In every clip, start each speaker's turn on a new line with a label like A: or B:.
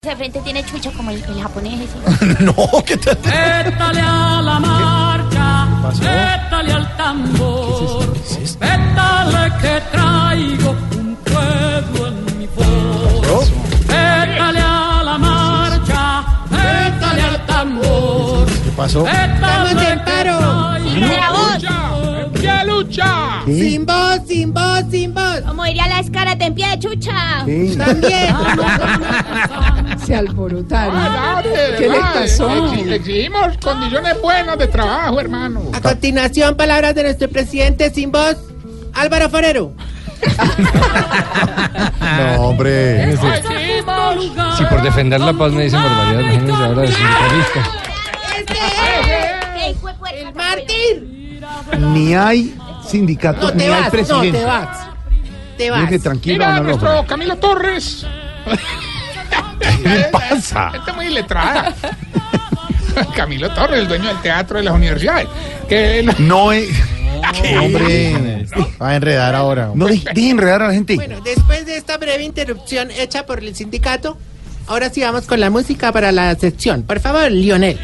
A: De frente tiene chucho como el, el japonés ese.
B: No, ¿qué te
C: Pétale a la marcha, pétale al tambor, pétale que traigo un pueblo en mi voz. Pétale a la marcha, pétale al tambor,
B: ¿Qué pasó?
C: pétale que
A: ¡Mira
C: traigo
A: vos!
C: ¡Qué lucha!
D: Sin voz, sin voz, sin voz.
A: Como diría las caras de en pie de chucha.
D: También.
E: Ah,
D: Se alborotaron. ¿Qué les pasó?
E: Exigimos condiciones buenas de trabajo, hermano.
D: A continuación, palabras de nuestro presidente sin voz, Álvaro Forero.
B: No, hombre.
F: Si por defender la paz me dicen barbaridad, imagínense ahora de sindicalista.
A: Este ¡Qué hijo de puerca!
D: Martín.
B: Ni hay sindicato,
D: No
B: ni
D: te
B: hay
D: vas, no
B: presidente.
D: te vas. Te vas.
B: Deje tranquilo
E: Mira
B: a
E: a
B: Ana
E: nuestro
B: Rosa.
E: Camilo Torres.
B: ¿Qué pasa?
E: Está muy letrada. Camilo Torres, el dueño del teatro de las universidades. Que
B: No es. Hombre. Va a enredar ahora. No de, de enredar a la gente.
D: Bueno, después de esta breve interrupción hecha por el sindicato, ahora sí vamos con la música para la sección. Por favor, Lionel.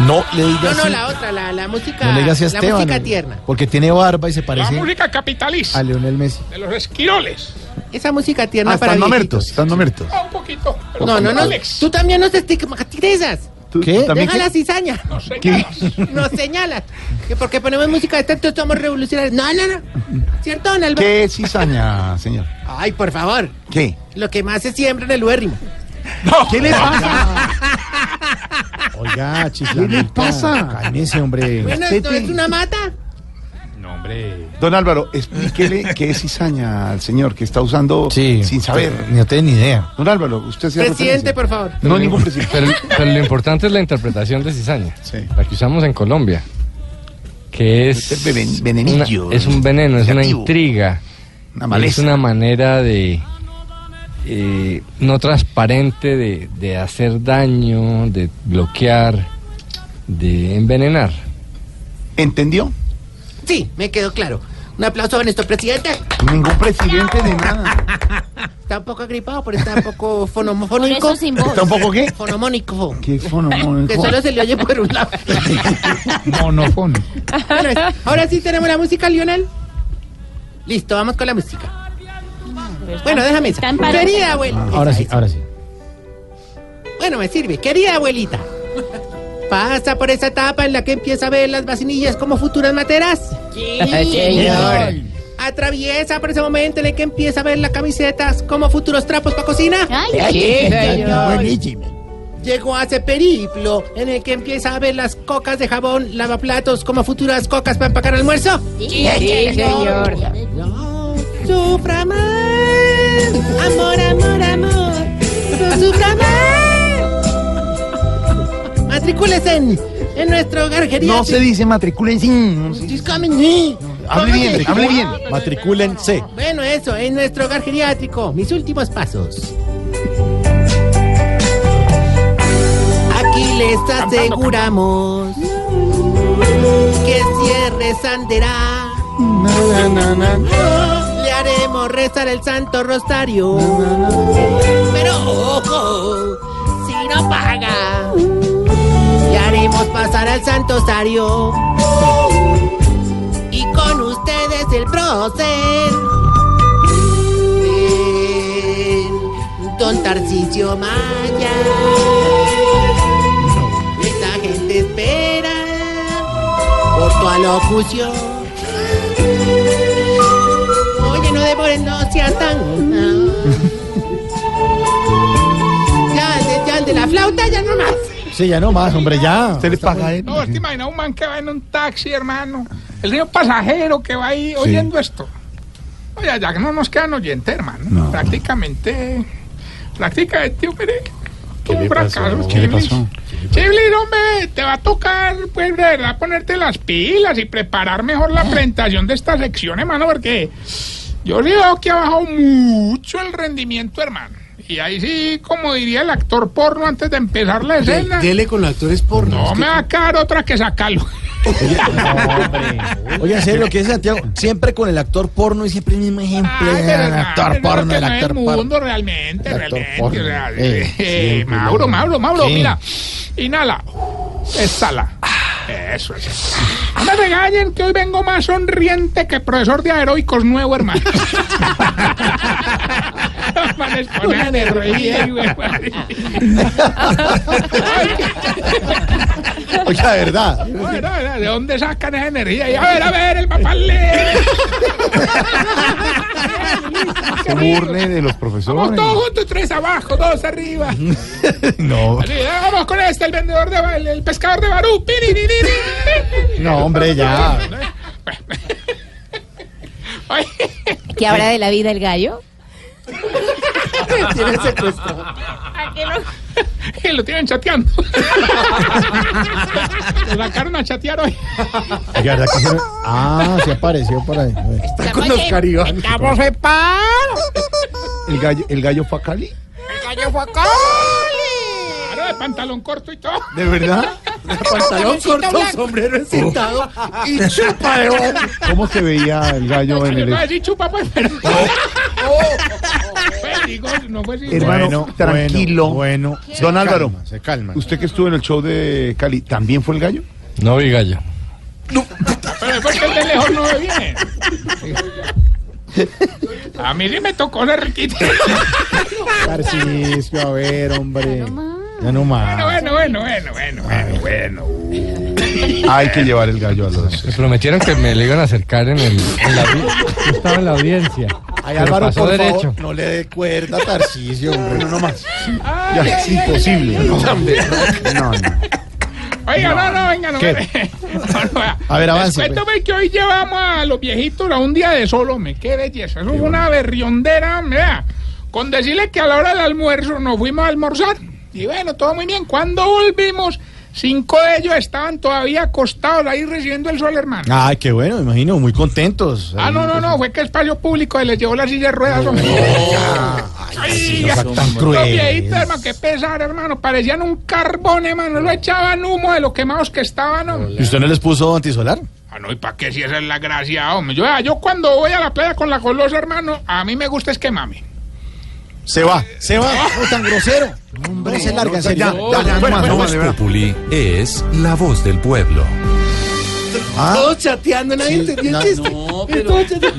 B: No le
D: No,
B: digas.
D: no, la otra, la, la música.
B: no le digas a
D: La
B: Esteban.
D: música tierna.
B: Porque tiene barba y se
E: la
B: parece
E: música capitalista
B: a Leonel Messi.
E: de los esquiroles.
D: Esa música tierna
B: Ah,
D: para
B: están
D: viejitos.
B: mamertos. Están mamertos.
E: Ah, un poquito. pero
D: No, no, no.
E: Alex.
D: Tú también nos estigmatizas.
B: ¿Qué? ¿También
D: Deja
B: qué?
D: la cizaña.
E: No sé qué.
D: nos señalas que porque ponemos música de tanto somos revolucionarios. No, no, no. ¿Cierto, don Álvaro?
B: ¿Qué cizaña, señor?
D: Ay, por favor.
B: ¿Qué?
D: Lo que más se siembra en el uérrimo.
B: ¿Qué le pasa? Oiga, chiflamita. ¿Qué le pasa? Cálmese, hombre.
D: Bueno, ¿esto es una mata?
E: No, hombre.
G: Don Álvaro, explíquele qué es cizaña al señor que está usando
B: Sí.
G: sin saber.
B: No tengo ni idea.
G: Don Álvaro, usted se
D: Presidente, por favor.
G: No, ningún presidente.
F: Pero, pero lo importante es la interpretación de cizaña,
G: Sí.
F: la que usamos en Colombia, que es,
G: Este venen- venenillo,
F: una- es un veneno, es una
G: negativo.
F: intriga,
G: Una
F: es
G: maleza.
F: una manera de eh, no transparente de, de hacer daño, de bloquear, de envenenar.
G: ¿Entendió?
D: Sí, me quedó claro. Un aplauso a nuestro presidente.
G: Ningún presidente de nada.
D: Está un poco agripado, pero está un poco
A: Por
D: fonomónico.
A: eso sin voz.
G: ¿Tampoco qué?
D: Fonomónico.
G: ¿Qué fono?
D: Que solo se le oye por un lado.
B: Monofón.
D: Bueno, ahora sí tenemos la música, Lionel. Listo, vamos con la música. Bueno, déjame esa.
A: Tan padre.
D: Querida abuela.
B: Ahora
D: esa,
B: sí,
D: esa.
B: ahora sí.
D: Bueno, me sirve. Querida abuelita, pasa por esa etapa en la que empieza a ver las vacinillas como futuras materas. Atraviesa por ese momento en el que empieza a ver las camisetas como futuros trapos para cocina.
A: Ay,
D: Llegó a ese periplo en el que empieza a ver las cocas de jabón lavaplatos como futuras cocas para empacar almuerzo.
A: señor.
D: No, sufra más. Amor, amor, amor. No sufra más. Matricúlese en, en nuestro hogar
G: No se
D: geriátrico.
G: dice matriculen sin. no se-
D: She's coming, sí.
G: Hable bien, hable bien.
B: Matricúlense.
D: Bueno, eso, en nuestro hogar geriátrico. Mis últimos pasos. Aquí les aseguramos que cierre Sanderá.
G: Na, na, na, na.
D: Le haremos rezar el Santo Rosario. Pero ojo, si no paga, le haremos pasar al Santo Rosario. Y con ustedes el prócer. del Don Tarcisio Maya. Esta gente espera por tu alocución. Oye, no devoren, no sean tan. no. Ya, el de- ya, el de la flauta, ya no más.
B: Sí, ya no más, hombre, ya.
G: Usted le paga a él.
E: No, te imaginas un man que va en un taxi, hermano. El señor pasajero que va ahí oyendo esto. Oye, ya no nos quedan oyentes, hermano. Prácticamente. este Prácticamente, tío, mire. ¿Qué le pasó?
G: ¿Qué le pasó?
E: pues. hombre, te va a tocar, pues, de verdad, ponerte las pilas y preparar mejor la presentación de esta sección, hermano, porque yo sí veo que ha bajado mucho el rendimiento, hermano. Y ahí sí, como diría el
G: Eh,
E: actor porno antes de empezar la escena.
D: con los actores porno.
E: No me va a quedar otra que sacarlo.
H: Oye, sé lo que es Santiago, siempre con el actor porno y siempre el mismo ejemplo.
E: Ay,
H: el
E: pero
H: actor
E: Hernández,
H: porno,
E: no
H: el
E: es
H: actor
E: el
H: porno.
E: mundo realmente,
B: El actor
E: realmente.
B: porno.
E: o sea,
B: Eh,
E: eh,
B: siempre
E: Mauro,
B: lo-
E: Mauro, Mauro,
B: Sí.
E: mira. Inhala. Exhala. Eso es. No me regañen que hoy vengo más sonriente que profesor de aeróicos nuevo, hermano. Amanezco nada de reír, güey, madre.
B: Oye, la verdad.
E: Bueno, bueno, ¿de dónde sacan esa energía? Y a ver, a ver, el papá lee.
G: Se burle de los
E: Vamos
G: profesores.
E: todos juntos, tres abajo, dos arriba.
H: No.
E: Así, vamos con este, el vendedor de ba- el, el pescador de Barú. Piririririri.
B: No, hombre, ya.
E: Ay,
A: ¿Qué habrá de la vida el gallo?
D: Tiene secuestrado.
A: ¿A qué no?
E: y lo tienen chateando. lo sacaron a chatear hoy.
B: Oiga, ¿verdad que se- Ah, se apareció por ahí.
A: Está con los caribas.
E: Estamos en paz.
G: El gallo, el gallo fue a Cali.
E: Claro, de pantalón corto y todo.
G: ¿De verdad?
D: Pantalón corto, sombrero encintado.
G: Y chupa de oro. ¿Cómo se veía el gallo en
E: Yo
G: el
E: iba a decir chupa, pues, pero. Pues, digo, no fue así.
G: Hermano, tranquilo.
B: Bueno, se
G: Don Álvaro.
B: calma, se calma.
G: ¿Usted que estuvo en el show de Cali también fue el gallo?
F: No vi gallo.
E: Pero después que el de lejos no ve bien. A mí sí me tocó la riquita.
B: Tarcisio, a ver, hombre. Ya no
E: Bueno,
B: más.
E: bueno, bueno, bueno, bueno, bueno, bueno.
G: Hay que llevar el gallo a los.
F: Me prometieron que me le iban a acercar en, el, en la audiencia. Yo estaba en la audiencia.
B: Ay,
F: pero
B: Álvaro,
F: pasó
B: por
F: derecho.
B: favor, no le dé cuerda a Tarcisio, hombre. No, no más.
G: Ya es imposible. No, no. no.
E: Oiga, no, no, venga, no.
B: ¿Qué?
E: me- no, no, vea.
B: A ver, avance,
E: Les cuento, pues, que hoy llevamos a los viejitos a un día de solo, me qué belleza. Eso es una berriondera, vea. Con decirle que a la hora del almuerzo nos fuimos a almorzar. Y bueno, todo muy bien. Cuando volvimos, cinco de ellos estaban todavía acostados ahí recibiendo el sol, hermano.
B: Ay, qué bueno, me imagino, muy contentos.
E: Ah, no, no, no, fue que espacio público se les llevó la silla de ruedas. hombre. Ay, ya.
B: Tan
E: Los
B: cruel.
E: viejitos, hermano, qué pesar, hermano. Parecían un carbón, hermano. Lo echaban humo de los quemados que estaban, hombre.
B: ¿Y usted no les puso antisolar?
E: Ah, no, ¿y para qué si esa es la gracia, hombre? Yo, ah, yo cuando voy a la playa con la golosa, hermano, a mí me gusta es quemame.
B: Se va, se va. No tan grosero. Hombre, se larga, en serio.
G: Ya, ya, no más, no más, de verdad.
I: Populi es la voz del pueblo.
B: Ah.
D: Todos chateando, nadie entendió el chiste. No,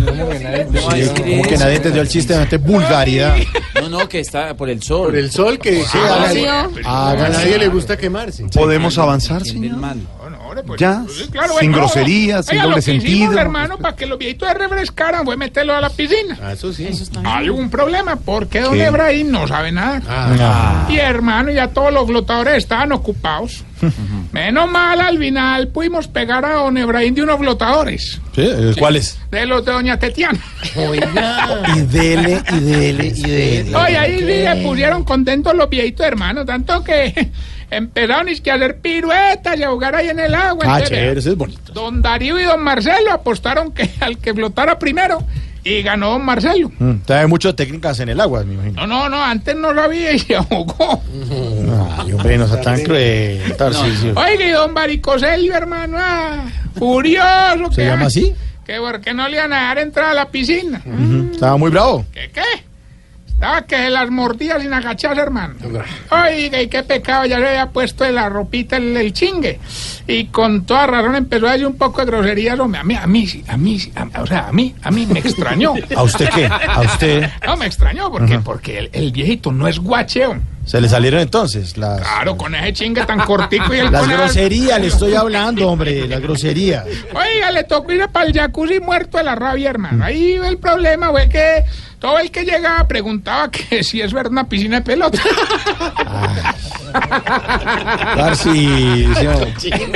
B: Sí, como que nadie entendió el chiste de vulgaridad.
J: No, no, que está por el sol.
H: el sol que sí,
A: Ah,
H: hagan-
A: sí, oh.
H: a nadie le gusta quemarse.
G: ¿Podemos avanzar, señor?
E: No, no, hombre, pues,
G: Ya,
E: pues,
G: sin
E: no, no.
G: groserías, sin
E: Oiga,
G: doble
E: lo que hicimos,
G: sentido.
E: hermano, para que los viejitos se refrescaran, fue meterlos a la piscina.
H: Eso sí.
E: Hay un problema, porque don
G: ¿Qué?
E: Ebrahim no sabe nada.
B: Ah,
E: Y hermano, ya todos los flotadores estaban ocupados. Menos mal, al final pudimos pegar a don Ebrahim de unos flotadores.
B: sí, eh, ¿Cuáles?
E: De los de doña Tetiana.
B: Y dele, y dele, y dele.
E: Oye, ahí sí se pusieron contentos los viejitos hermanos, tanto que empezaron es que a hacer piruetas y a jugar ahí en el agua.
B: Ah,
E: Entonces,
B: chévere, eso es bonito.
E: Don Darío y don Marcelo apostaron que al que flotara primero y ganó don Marcelo.
B: Mm, Trae muchas técnicas en el agua, me imagino.
E: No, no, no, antes no sabía y se ahogó.
B: Ay, hombre, no sea tan cruel, Tarcisio.
E: Oiga, y don Baricoselio, hermano, ah, furioso.
B: ¿Se
E: que,
B: llama
E: ah,
B: así?
E: Que porque no le iban a dejar entrar a la piscina.
B: Ujú, Estaba muy bravo.
E: ¿Qué qué? Estaba que se las mordía sin agacharse, hermano. Oiga, y qué pecado, ya le había puesto en la ropita el, el chingue. Y con toda razón empezó a decir un poco de groserías. hombre. A mí, a mí, sí, a mí, sí, a- o sea, a mí, a mí me extrañó.
B: ¿A usted qué? ¿A usted?
E: No, me extrañó, porque, porque el, el viejito no es guacheo.
B: ¿Se le salieron entonces las,
E: Claro, con ese chingue tan cortico y el
B: las
E: con esas-
B: groserías? Le estoy hablando, hombre, las groserías.
E: Oiga, le tocó ir para el jacuzzi muerto de la rabia, hermano. Ahí el problema fue que todo el que llegaba preguntaba que si es verdad una piscina de pelota.
B: Tarcisio.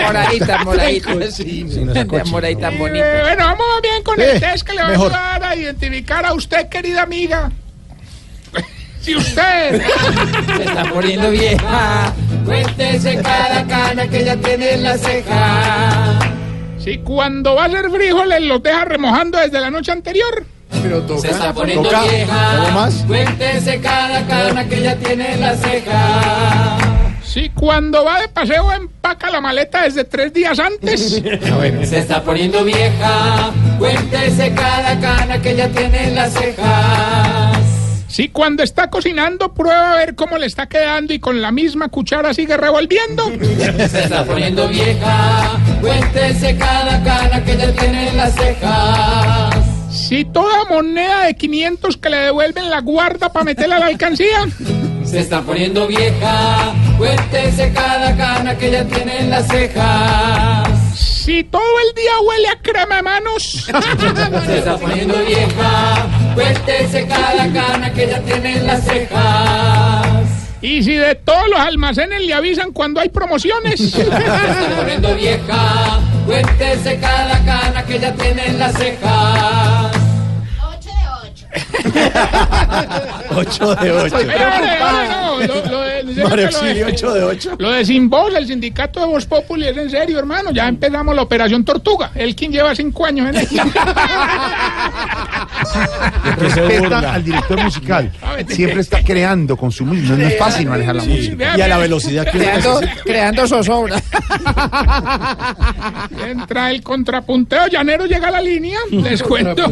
J: Moradita, moradita.
B: Sí, no sea cochino.
J: moradita bonita.
E: Eh, bueno, vamos bien con
B: Sí,
E: el test que le va
B: mejor.
E: a ayudar a identificar a usted, querida amiga. si usted
J: Se está poniendo vieja. Cuéntese cada cana que ya tiene en la ceja.
E: Si cuando va a hacer frijoles los deja remojando desde la noche anterior.
J: Se está poniendo
B: Toca.
J: vieja.
B: ¿Algo más?
J: Cuéntese cada cana que ya tiene en la ceja.
E: Sí, cuando va de paseo empaca la maleta desde tres días antes.
J: Se está poniendo vieja, cuéntese cada cana que ya tiene en las cejas.
E: Sí, cuando está cocinando prueba a ver cómo le está quedando y con la misma cuchara sigue revolviendo.
J: Se está poniendo vieja, cuéntese cada cana que ya tiene en las cejas.
E: Si toda moneda de 500 que le devuelven la guarda para meterla a la alcancía.
J: Se está poniendo vieja, cuéntese cada cana que ya tiene en las cejas.
E: Si todo el día huele a crema de manos.
J: Se está poniendo vieja, cuéntese cada cana que ya tiene en las cejas.
E: Y si de todos los almacenes le avisan cuando hay promociones.
J: Se está poniendo vieja, cuéntese cada cana que ya tiene en las cejas.
A: 8 de 8.
H: 8 de 8.
E: Espera, espera, no, lo- lo de- en serio
H: Mario
E: que lo de-
H: Auxilio, 8 de 8.
E: Lo de Sin Voz, el sindicato de Voz Populi, es en serio, hermano. Ya empezamos la operación Tortuga. El quien lleva cinco años en esto.
H: Que se
B: Respeta
H: burla.
B: al director musical.
E: ver,
B: Siempre está creando con su mismo. No es fácil manejar la música.
H: Y a la velocidad que uno
D: Creando zozobra.
E: Entra el contrapunteo llanero, llega a la línea. Les cuento.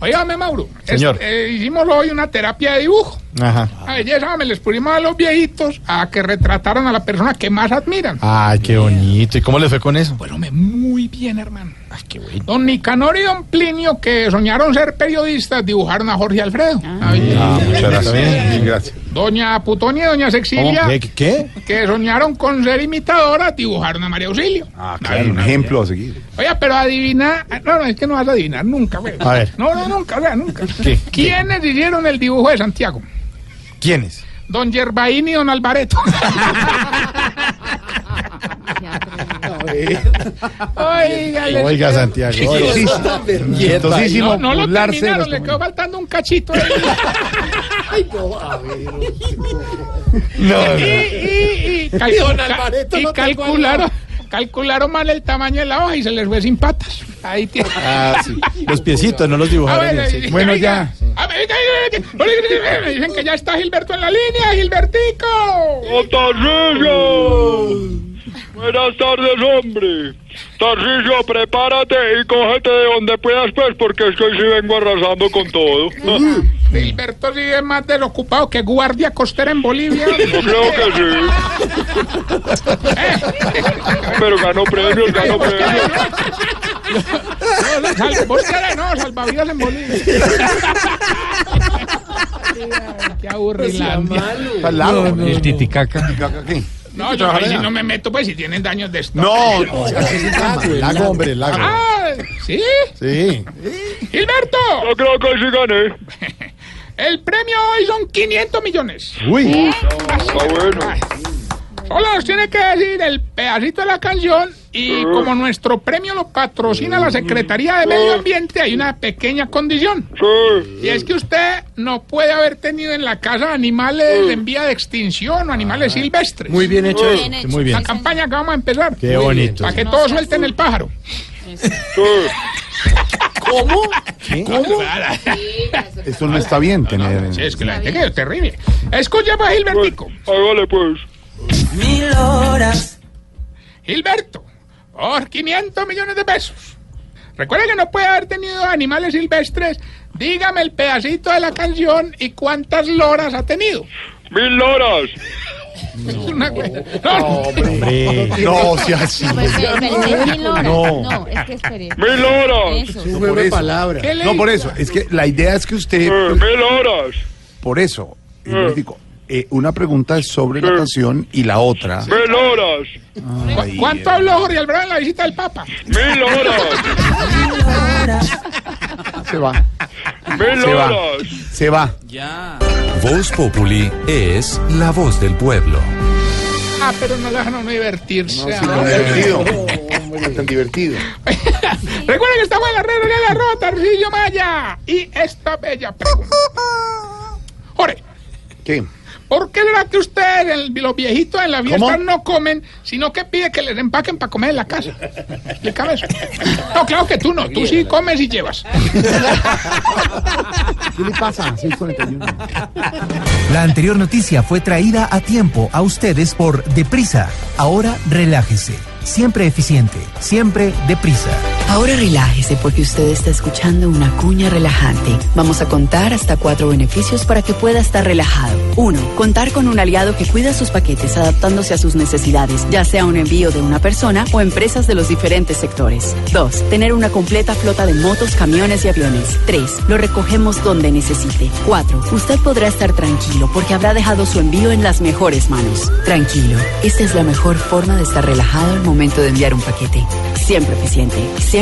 E: Óigame, Mauro. es-
B: Señor.
E: eh, hicimos hoy una terapia de dibujo.
B: Ajá.
E: A belleza, "Ah, me les pusimos a los viejitos a que retrataran a la persona que más admiran.
B: Ay, qué bonito. ¿Y cómo le fue con eso?
E: Bueno, me muy bien, hermano. Ay, qué bueno. Don Nicanor y Don Plinio, que soñaron ser periodistas, dibujaron a Jorge Alfredo. A belleza.
B: Ah,
G: Muchas gracias. Gracias.
E: Doña Putonia y Doña Cecilia,
H: ¿Qué? ¿Qué?
E: que soñaron con ser imitadoras, dibujaron a María Auxilio.
G: Ah, claro, un ejemplo a seguir.
E: Oye, pero adivina... ah, No, no, es que no vas a adivinar nunca, güey.
B: A ver.
E: No, no, nunca, o sea, nunca.
B: ¿Qué?
E: ¿Quiénes hicieron el dibujo de Santiago?
B: ¿Quiénes?
E: Don Yerbaín y Don Albareto. Oiga, les-
B: Oiga, Santiago.
E: No,
B: Chistosísimo.
E: no lo
B: burlarse de
E: terminaron,
B: los
E: le quedó faltando un cachito. ahí.
B: No,
E: y,
B: no.
E: y, y, cal- ca- y calcularon, calcularon mal el tamaño de la hoja y se les fue sin patas. Ahí tiene.
H: Ah, sí. Los piecitos, no los dibujaron. en el
E: eh,
H: sello.
B: Bueno,
E: oiga, a ver, oiga, oiga, oiga, oiga, Dicen que ya está Gilberto en la línea, Gilbertico.
K: Tarcillo! Buenas tardes, hombre. Tarcillo, prepárate y cógete de donde puedas, pues, porque es que hoy sí vengo arrasando con todo. No
E: Gilberto sigue más desocupado que guardia costera en Bolivia.
K: creo que sí.
E: Eh,
K: Pero ganó premios, ganó premios.
E: No, no, sal- vos querés, no, salvavidas en Bolivia. Ay, Qué aburrilandia.
G: Está al lado.
F: El titicaca.
G: ¿Qué?
E: Pues No, yo ahí sí no me meto, pues, si tienen daños de esto.
B: No, no, así se llama. Lago, hombre, lago.
E: Ah, ¿sí?
B: Sí.
E: Gilberto,
K: Yo creo que sí gané.
E: el premio hoy son 500 millones.
B: Uy.
K: Está Ah, bueno.
E: Solo nos tiene que decir el pedacito de la canción y como nuestro premio lo patrocina la Secretaría de Medio Ambiente, hay una pequeña condición.
K: Sí.
E: Y es que usted no puede haber tenido en la casa animales en vía de extinción o animales silvestres.
H: Muy bien hecho eso.
A: hecho.
B: Muy bien.
E: La campaña que vamos a empezar.
B: Qué bonito.
E: Para que todos suelten el pájaro.
K: Sí.
B: Eso no está bien tener.
E: Sí, es que la gente que es terrible. Escucha para Gilbertico.
K: Hágale, pues.
E: Gilberto, por 500 millones de pesos. Recuerda que no puede haber tenido animales silvestres. Dígame el pedacito de la canción y cuántas loras ha tenido.
K: Mil horas.
E: Es una- No,
B: No, sea así.
A: Pues eh, pensé mil horas.
B: No.
A: No, es que esperé.
K: Mil horas.
A: Eso.
B: No, por eso.
E: ¿qué le
B: No, por
E: hizo?
B: eso. Es que la idea es que
K: Sí,
B: usted,
K: eh, Mil horas.
B: por eso, y yo les digo, eh, una pregunta es sobre la canción y la otra.
K: Mil horas.
E: ¿Cu- ¿Cuánto habló Jorge Alvarado en la visita del Papa?
K: Mil horas.
B: Se va,
K: Mil
B: Se va.
K: horas.
B: se va.
I: Voz Populi es la voz del pueblo.
E: Ah, pero no dejan a uno divertirse. ah.
B: Divertido. Tan divertido.
E: Recuerden que estamos en la red de la Rota, Tarcillo Maya. Y esta bella pregunta. Jorge,
B: ¿Qué?
E: ¿Por qué será que ustedes, el- los viejitos en la
L: ¿Cómo?
E: fiesta, no comen, sino que pide que les empaquen para comer en la casa? Explícame eso. No, claro que tú no. Tú sí comes y llevas.
L: ¿Qué le pasa? 641.
F: La anterior noticia fue traída a tiempo a ustedes por Deprisa. Ahora relájese. Siempre eficiente, siempre deprisa.
D: Ahora relájese porque usted está escuchando una cuña relajante. Vamos a contar hasta cuatro beneficios para que pueda estar relajado. Uno, Contar con un aliado que cuida sus paquetes adaptándose a sus necesidades, ya sea un envío de una persona o empresas de los diferentes sectores. Dos, Tener una completa flota de motos, camiones y aviones. Tres, Lo recogemos donde necesite. Cuatro, Usted podrá estar tranquilo porque habrá dejado su envío en las mejores manos. Tranquilo. Esta es la mejor forma de estar relajado al momento de enviar un paquete. Siempre eficiente,